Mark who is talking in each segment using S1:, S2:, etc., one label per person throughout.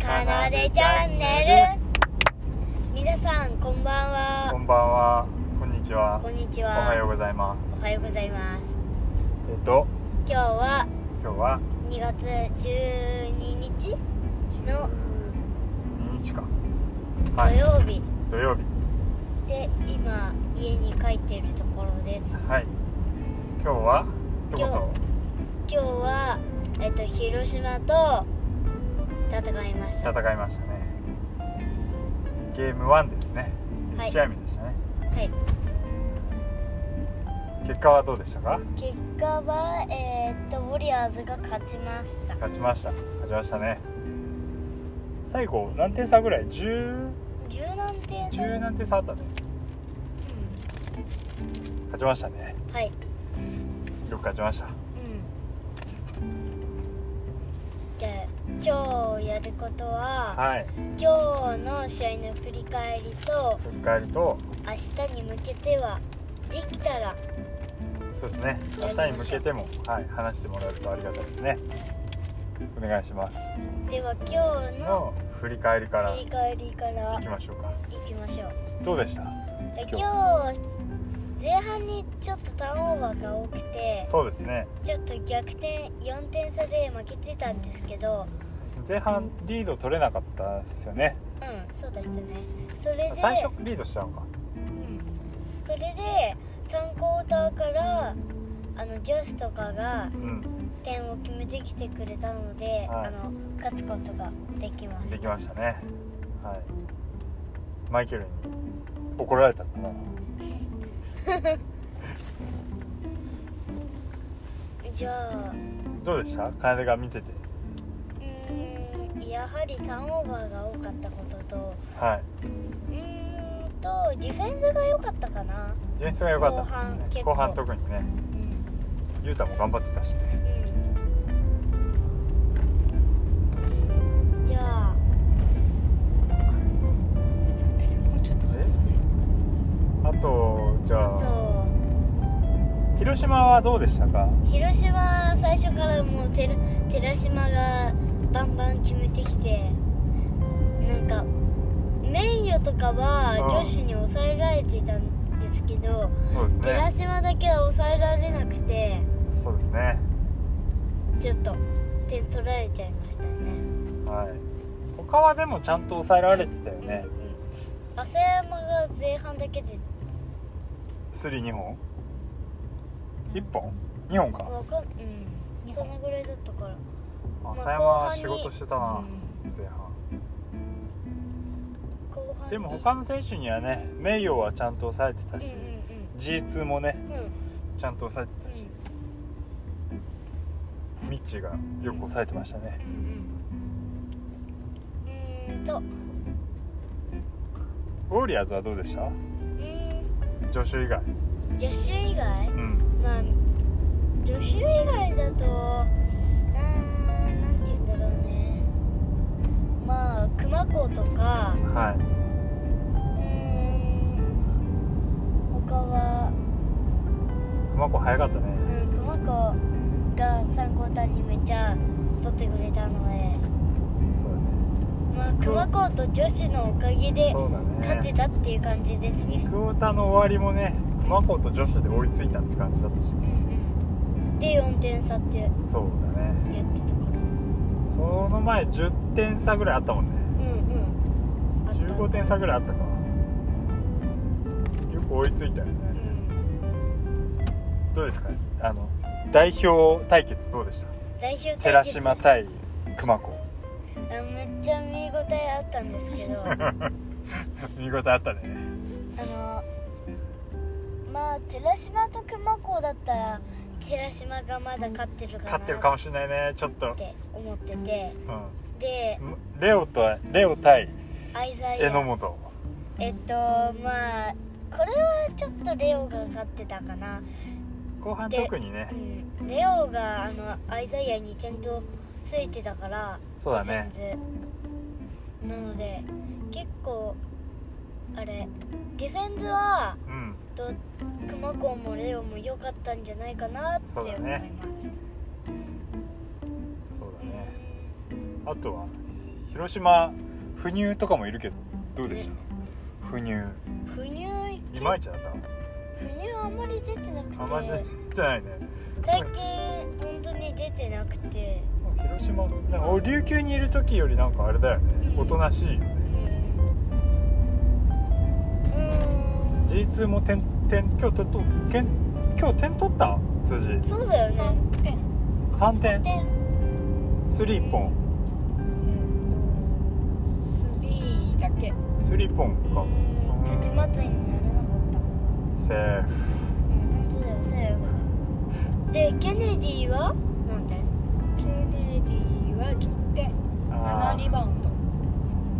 S1: かなでチャンネル皆さんこんばん
S2: こ
S1: は
S2: んばんは。こんにちは。
S1: こんにち
S2: お
S1: は
S2: はようございま
S1: おはようございます
S2: す。えっと、
S1: 今日は
S2: 今日は
S1: 2月12日の
S2: 12日か。
S1: 土
S2: はい。
S1: 曜日
S2: 土曜日。
S1: で今家に帰ってるところです
S2: はい。今日はどこ
S1: 今日はえっと広島と戦いました
S2: と
S1: は
S2: 戦いましたね。ゲーム1ですね。
S1: はい
S2: 1試合目でしたね。
S1: い
S2: 結果はどうでしたか？
S1: 結果はえっとウォリアーズが勝ちました
S2: 勝ちました。勝ちましたね。最後何点差ぐらい？10
S1: 十何点差
S2: 10何点差あったね。
S1: う
S2: 勝ちましたね。
S1: んはい
S2: よく勝ちました。
S1: うんじゃあ今日やることは
S2: はい。
S1: 今日の試合の振り返りと
S2: 振り返ると。
S1: 明日に向けてはできたら
S2: そうですね。明日に向けても、はい、話してもらえるとありがたいですね。お願いします。
S1: では今日の
S2: の振り返りから
S1: 振り
S2: い
S1: 返りから
S2: き
S1: い
S2: ましょうか。
S1: きましょう
S2: どうでした？
S1: で
S2: 今日
S1: 今日前半にちょっとターンオーバーが多くて
S2: そうですね。
S1: ちょっと逆転4点差で負けてたんですけど
S2: 前半リード取れなかったですよね。
S1: うんそうですねそれで
S2: 最初リードしたのか。
S1: うんそれで3クォーターからあのジョスとかが
S2: うん、
S1: 点を決めてきてくれたので、
S2: はい
S1: あの勝つことができました
S2: できましたね。はい。マイケルに怒られたかな。
S1: じゃあ
S2: どうでした？楓が見てて。
S1: うーんやはりターンオーバーが多かったことと
S2: はい。
S1: うーんとディフェンスが良かったかな
S2: ディフェンスが良かったですね。
S1: 後
S2: 後
S1: 半
S2: 半
S1: 結
S2: 特にね、
S1: うん、
S2: ユータも頑張ってたしね。
S1: うん、じゃあ
S3: ちょっと待ってください
S2: あとじゃあ
S1: そう
S2: 広島はどうでしたか？
S1: 広島は最初からもうテラ寺島がバンバン決めてきてなんか名誉とかは
S2: うん
S1: 女子に抑えられていたんですけど、
S2: そうです
S1: 寺
S2: ね。
S1: 島だけは抑えられなくて
S2: そうですね。
S1: ちょっと点取られちゃいましたね
S2: はい。他はでもちゃんと抑えられてたよね
S1: う。ん浅山が前半だけで
S2: スリー二本？一本？二本か。
S1: わかんうんそのぐらいだったから、
S2: あ
S1: あ
S2: 狭山は仕事してた
S1: う
S2: な。
S1: ん
S2: 前半。
S1: 後半に
S2: でも他の選手にはね、名誉はちゃんと抑えてた
S1: うん
S2: し、
S1: う
S2: G2 もね
S1: んうんうん
S2: ちゃんと抑えてたし、ミッチーがよく抑えてましたね。
S1: うんうんうーんと
S2: ウォリアーズはどうでした？
S1: うー
S2: 助手以外。
S1: ん助手以外
S2: うん。
S1: まあ助手以外だとあーなんて言うんだろうねまあ熊子とか
S2: は。
S1: うーん他はい
S2: 熊子早かった
S1: う
S2: ね。
S1: ん熊子が三交代にめっちゃ取ってくれたので
S2: そうだね。
S1: まあ熊子と女子のおかげで
S2: そうだね。
S1: 勝てたっていう感じですね
S2: 肉歌の終わりもね熊子と女子で追いついたって感じだったし
S1: うんうんで4点差って
S2: そうだね
S1: やってたから
S2: その前10点差ぐらいあったもんね
S1: うんうんあった
S2: 15点差ぐらいあったかよく追いついたよ
S1: う
S2: ね
S1: ん
S2: どうですかあの代表対決どうでした
S1: 代表対決
S2: 寺島対熊子
S1: あめっちゃ見応えあったんですけどあ
S2: 見事あったね
S1: のまあ寺島と熊子だったら寺島がまだ勝ってるかな
S2: 勝ってるかもしれないねちょっと
S1: っ、て思ってて
S2: う
S1: で
S2: ん、レオとレオ対
S1: 相沢
S2: 榎本
S1: えっとまあこれはちょっとレオが勝ってたかな
S2: 後半
S1: で
S2: 特にね
S1: うんレオがあのアイザイアにちゃんとついてたから
S2: そうだね
S1: ディフェンズなので結構あれディフェンスは
S2: うん
S1: と熊子もレオも良かったんじゃないかなって
S2: そう
S1: 思い
S2: だ
S1: ま
S2: ね
S1: す
S2: そうだねあとは広島腐乳とかもいるけどどうでした腐乳
S1: 腐乳
S2: いまいちだった
S1: 腐乳あんまり出てな
S2: あんま
S1: く
S2: り
S1: て
S2: 出てないね
S1: 最近本当に出てなくて、
S2: 広島なんかお琉球にいる時よりなんかあれだよねおとなしいよね
S1: うん、う
S2: G2 も点点今日ととけん今日点取った辻
S1: ーんそうだよね
S3: 3点
S2: 3点
S1: で
S2: スリーポン
S3: スリーだけ
S2: スリーポン
S1: う
S2: か
S1: ーん土祭りにならなかった
S2: セーフ
S1: うん本当だよセーフでケネディは何点
S3: ケネディは10点
S2: あ
S3: 7リ
S2: ー
S3: バウンド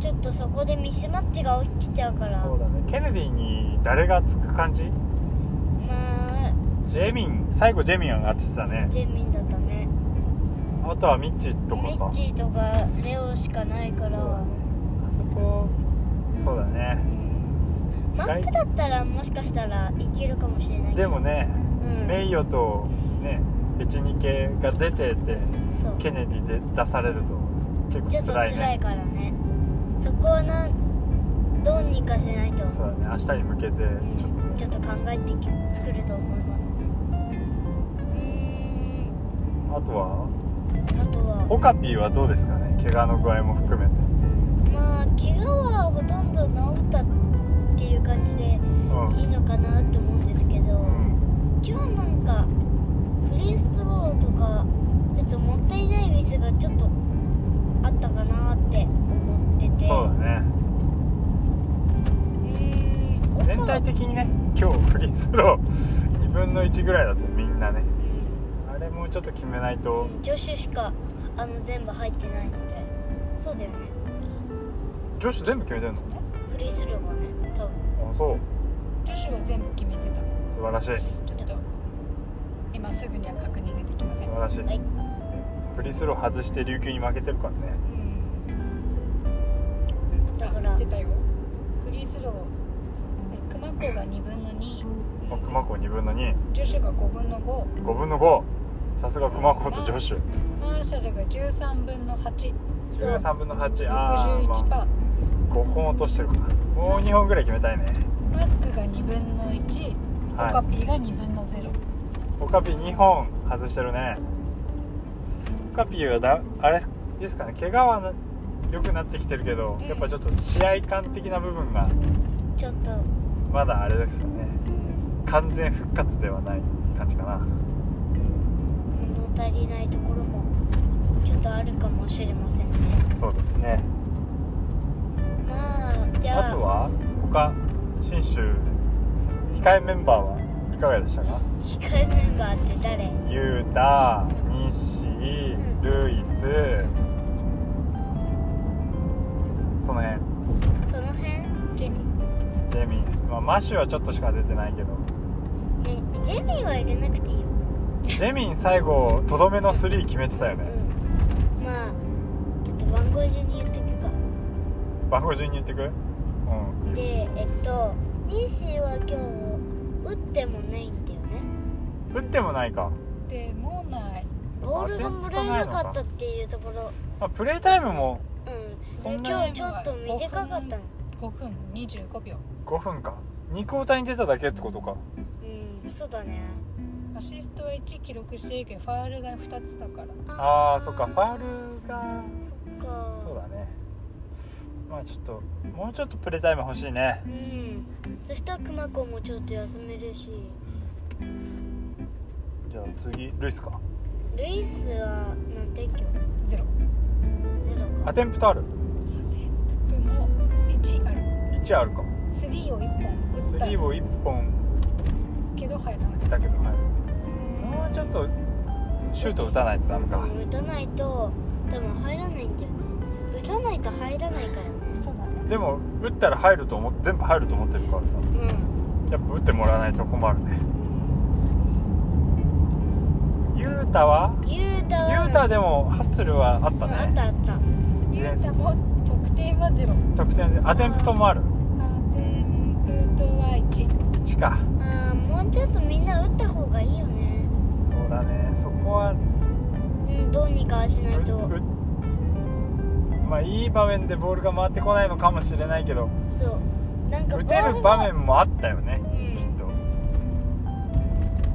S1: ちょっとそこでミスマッチが起きちゃうから
S2: そうだねケネディに誰がつく感じ
S1: まあ
S2: ジェミン最後ジェミン上がってたね
S1: ジェミンだったね
S2: あとはミッチとか
S1: ミ
S2: か
S1: ッチーとかレオしかないか
S2: そう
S1: ら
S2: だねあそこそうだね
S1: うんマックだったらもしかしたらいけるかもしれないけど
S2: でもね
S1: うん
S2: 名誉とね12系が出てて
S1: そう
S2: ケネディで出されると
S1: ちょっ
S2: 結
S1: と
S2: 構辛い
S1: 辛
S2: ね
S1: いからねそこはなんどうにかしないと
S2: そうだね明日に向けて
S1: うん
S2: ちょっとね
S1: ちょっと考えてきくると思いますうー
S2: あとは
S1: んあとは
S2: オカピーはどうですかね怪我の具合も含めて
S1: まあ怪我はほとんど治ったっていう感じで
S2: うん
S1: いいのかなって思うんですけど
S2: うん
S1: 今日なんかフリースローとかちょっともったいないミスがちょっとあったかなって思ってて
S2: そうだね
S1: うーんオカ
S2: 全体的にね今日フリースロー2分の1ぐらいだったみんなねあれもうちょっと決めないと
S1: うん女子しかあの全部入ってないのでそうだよね
S2: 女子全部決めてんの
S1: フリースローがね多分
S2: あそう
S3: 女子は全部決めてた
S2: 素晴らしい
S3: ちょっと今すぐには確認ができませ
S2: 素
S3: ん
S2: 晴らしい、
S1: はい
S2: フリースロー外して琉球に負けてるからね
S1: うんだか
S3: あ
S1: ら
S3: 出たよフリースローえ熊子が2分の2
S2: まあ熊子2分の25
S3: 女子が5分の5
S2: 分の5さすが熊子と女子
S3: マーシャルが13分の861%、
S1: そう
S2: 13分の8あー、ま
S3: パ
S2: あ、5本落としてるからもう2本ぐらい決めたいね
S3: ーマックが2分の1オカ
S2: は
S3: ピーが2分の0
S2: いオカピ2本外してるねオカピはだあれですかね怪我はな良くなってきてるけどやっぱちょっと試合感的な部分が
S1: ちょっと、
S2: まだあれですよね
S1: うん
S2: 完全復活ではない感じかな
S1: 物足りないところもちょっとあるかもしれませんね
S2: そうですね
S1: まあじゃ
S2: あ
S1: あ
S2: とは他信州控えメンバーはいかがでしたか
S1: 控えメンバーって誰
S2: ユータ、ニシルイスその辺
S1: その辺ね
S3: ジェミ
S2: ジェミン、まあ、マシュはちょっとしか出てないけど
S1: ジェミーは入れなくていいよ、
S2: ジェミン最後とどめのスリー決めてたよ
S1: う
S2: ね
S1: ん、まあちょっと番号順に言っていくか
S2: 番号順に言ってくうんいいよ
S1: でえっとニッシーは今日打ってもないんだよね
S2: 打ってもないか
S3: でもない
S1: ボールがもらえなかったっていうところ
S2: まあ、プレータイムも
S1: うん
S2: そん
S1: 今
S2: な
S1: 日ちょっと短かったの
S3: 5分25秒
S2: 5分か2交代に出ただけってことか
S1: うんそうだね
S3: アシストは1記録しているけどファウルが2つだから
S2: ああそっかファウルが
S1: そっか
S2: そうだねまあちょっともうちょっとプレータイム欲しいね
S1: うんそしたら熊子もちょっと休めるし
S2: じゃあ次ルイスか
S1: ルイスは何点今日
S3: 0
S1: ゼロか
S2: アテンプトある
S3: でも1ある
S2: 1あるか
S3: スリーを1本打った
S2: 3を1本
S3: けど入らなかった
S2: だけど入るもうちょっとシュート打たないとダメか
S1: うん打たないと多分入らないんだよね打たないと入らないからね
S3: そうだね
S2: でも打ったら入ると思っ全部入ると思ってるからさやっぱ打ってもらわないと困るね
S1: うん
S2: ユータは
S1: ユータ
S2: ユ
S1: は
S2: ータでもハッスルはあっ
S1: う
S2: た
S1: んあっ
S2: ね
S1: たあった
S3: ゆうたも得点は0
S2: 得点でアテンプトもある
S3: アテンプトは1
S2: 1か
S1: あーもうちょっとみんな打った方がいいよね
S2: そうだねそこは
S1: うんどうにかしないと
S2: ううまあいい場面でボールが回ってこないのかもしれないけど
S1: そうなんか
S2: 打てる場面
S1: も
S2: もあったよね
S1: う
S2: きっ
S1: ん
S2: と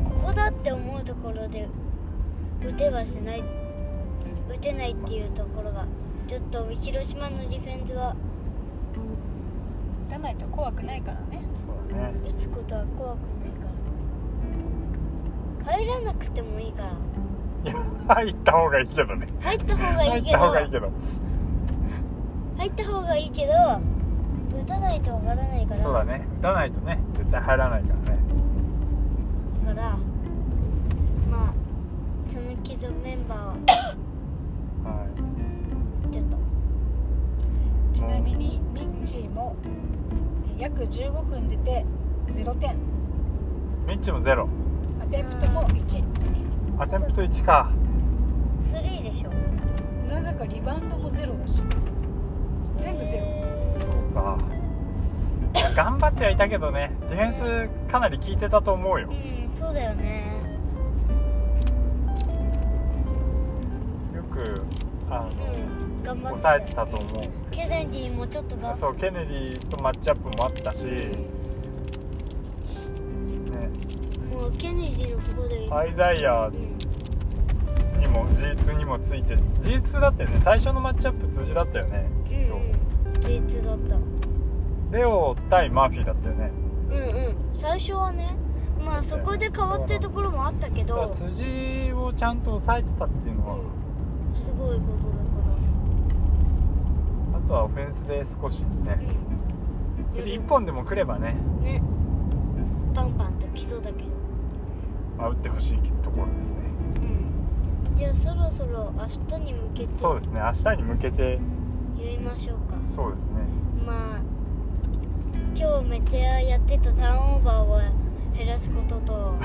S1: ここだって思うところで打てはしない打てないっていうところがちょっと広島のディフェンスは
S3: 打たないと怖くないからね
S2: そうだね
S1: 打つことは怖くないから入らなくてもいいから
S2: いや入った方がいいけどね
S1: 入った方がい
S2: 入
S1: い
S2: っ
S1: けど
S2: た方がいいけど
S1: 入った方がいいけど打たないとわからないから
S2: そうだね打たないとね絶対入らないからね
S1: だからまあその既存メンバ
S2: は
S1: ーをちょっと
S3: ちなみにミッチーも約15分出て0点
S2: いミッチもゼロ
S3: アテンプトも1
S2: アテンプト1か
S1: 3でしょ
S3: なぜかリバウンドもゼロだし全部ゼロ
S1: ロ
S2: そうか頑張ってはいたけどねディフェンスかなり効いてたと思うよ
S1: うんそうだよね
S2: よくあ
S1: うん頑
S2: の
S1: 張って
S2: 抑えてたと思う
S1: ケネディもちょっとが
S2: そうケネディとマッチアップもあったし、ね、
S1: もうケネディのところで、
S2: アイザイア
S1: うん
S2: にも G2 にもついて G2 だったよね最初のマッチアップ通じだったよね
S1: うんうん自立だったう
S2: レオ対マーフィーだったよね
S1: んうん最初はねまあそこで変わってるところもあったけ
S2: だから
S1: ど
S2: 辻をちゃんと抑えてたっていうのは、
S1: うんすごいことだか
S2: あとはオフェンスで少し
S1: ら
S2: ね
S1: う
S2: スリー1本でもくればね、
S1: んねバンバンと来そうだけど
S2: まあ、打ってほしいところですね
S1: うんじゃあそろそろ明日に向けて
S2: そうですね明日に向けて
S1: 言いましょうか
S2: そうですね
S1: まあ今日めっちゃやってたターンオーバーを減らすこと と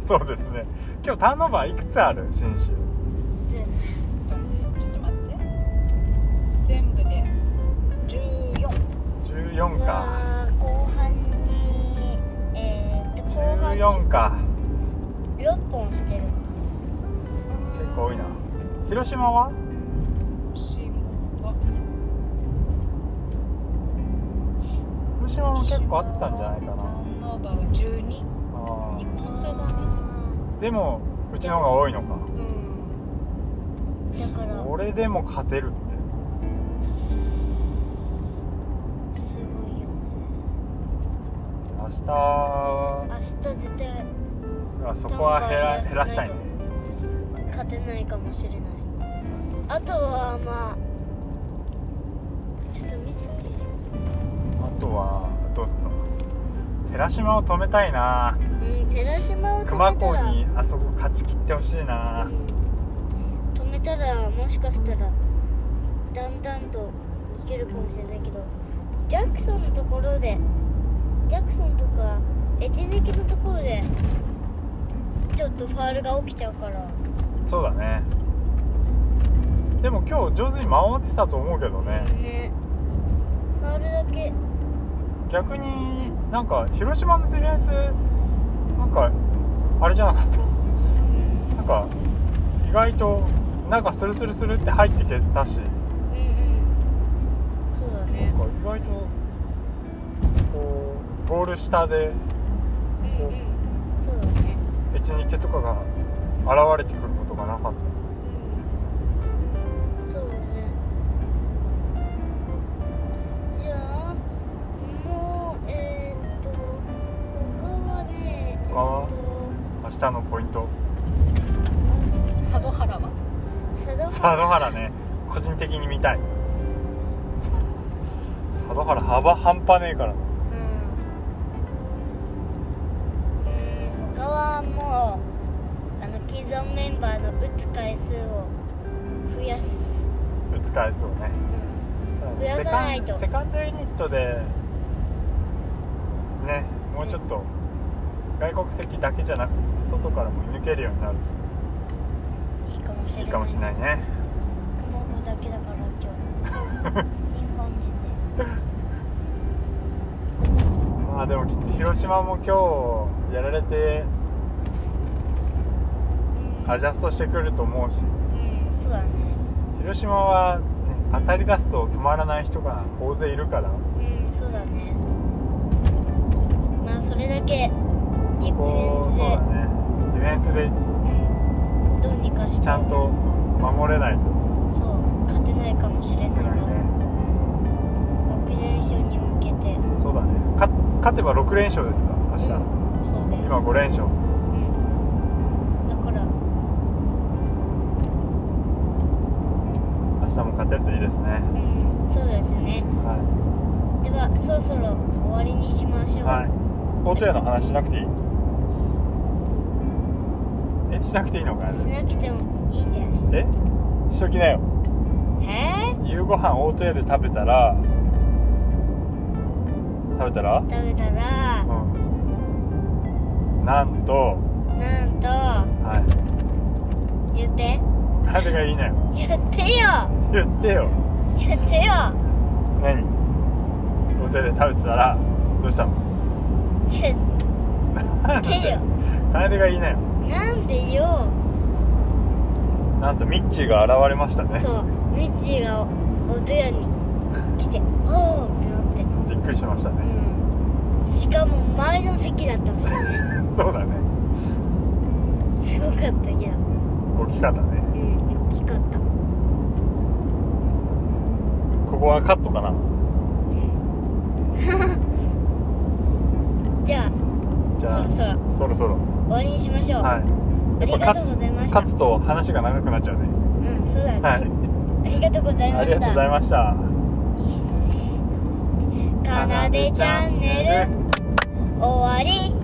S2: そうですね今日ターンオーバーいくつある新州
S1: ず
S3: ちょっと待って全部で14
S2: 14か
S1: まあ後半にえー、っと後半に
S2: 14か
S1: 6本してるか
S2: 結構多いな広島は
S3: シーモは
S2: 広島も結構あったんじゃないか
S3: ター
S2: な
S3: ンオーバーが12日
S2: あ
S3: 本製だね
S1: う
S2: ーでもうちの方が多いのか
S1: んだから
S2: 俺でも勝てるって
S1: すごいよ
S2: 明日は
S1: 明日絶対
S2: あそこは減ら減らしたいね
S1: 勝てないかもしれないあとはまあちょっと見せて
S2: あとはどうするの寺島を止めたいな
S1: うん寺島を止
S2: 熊
S1: めた
S2: 子
S1: ら、う、
S2: にあそこ勝ち切ってほしいなん
S1: 止めたらもしかしたらだんだんといけるかもしれないけどジャクソンのところでジャクソンとかエチネキのところでちょっとファールが起きちゃうから
S2: そうだねでも今日上手に回ってたと思うけどね
S1: ねファールだけ
S2: 逆になんか広島のディフェンスなんかあれじゃなかった
S1: うん
S2: なんか意外となんかスルスルスルって入ってけたしなん
S1: うんうんそうだね
S2: か意外とこうゴール下で
S1: うんうんそうだね
S2: エチニケとかが現れてくることがなかっ
S1: うんそうだねじゃあもうえー、っと他はねえ
S2: 他は
S1: っと
S2: た明日のポイント
S3: 佐渡原は
S1: 佐渡
S2: 佐渡原ね個人的に見たい佐渡原幅半端ねえから
S1: うんうん他はもうあの既存メンバーの打つ回数を増やす、
S2: 打つ返すをね
S1: うん、増や
S2: セ
S1: さ
S2: カ
S1: ない
S2: ン
S1: と
S2: セカンドユニットでねもうちょっと外国籍だけじゃなくて外からも抜けるようになる
S1: いいかもし
S2: と
S1: れ
S2: い
S1: な
S2: い
S1: い
S2: かもしれないね
S1: 熊本だけだから今日日本人で
S2: まあでもきっと広島も今日やられて
S1: うん
S2: アジャストしてくると思うし
S1: うんそうだね
S2: 広島は当たり出すと止まらない人が大勢いるか
S1: う
S2: ら
S1: んそうだねまあそれだけ
S2: そ
S1: ディフ
S2: こそうだ
S1: ェン
S2: ねディフェンスで
S1: スどうにかして
S2: ちゃんと守れないと
S1: そう勝てないかもしれ
S2: い
S1: な
S2: け
S1: いか
S2: ない
S1: ら
S2: ね
S1: 6連勝に向けて
S2: そうだねか勝てば6連勝ですか明日
S1: そうです
S2: 今5連勝
S1: うんだから
S2: 明日も勝てるといいですね
S1: うんそうですね
S2: は
S1: ではそろそろ終わりにしましょ
S2: い、
S1: う、
S2: はい、大戸屋の話しなくていいえしなくていいのかな
S1: しなくてもいいんじゃない
S2: えしときなよ
S1: えー
S2: 夕ご飯大戸屋で食べたら食べたら、
S1: 食べたら
S2: うん、なんと
S1: なんと
S2: はい
S1: 言って
S2: 誰がいいのよ
S1: 言ってよ
S2: 言ってよ
S1: 言ってよ
S2: 何大戸屋で食べてたらどうしたの
S1: 言っ
S2: なんで
S1: てよ
S2: 楓がいいなよ
S1: なんでよ
S2: なんとミッチーが現れましたね
S1: そうミッチーがおどやに来 て「おーってなって
S2: びっくりしましたね
S1: うんしかも前の席だったしね
S2: そうだね
S1: すごかったけど
S2: 大きかったね
S1: うん大きかった
S2: ここはカットかな
S1: じゃ
S2: じゃ
S1: あ
S2: あ
S1: そろそろ
S2: そろそろ
S1: 終わりにしましょう、
S2: はい
S1: ありがとうございました
S2: 勝つと話が長くなっちゃうね
S1: うんそうだね、
S2: はい
S1: ありがとうござい
S2: あ
S1: ま
S2: りが
S1: し
S2: とうござい
S1: た
S2: ました
S1: かなでチャンネル終わり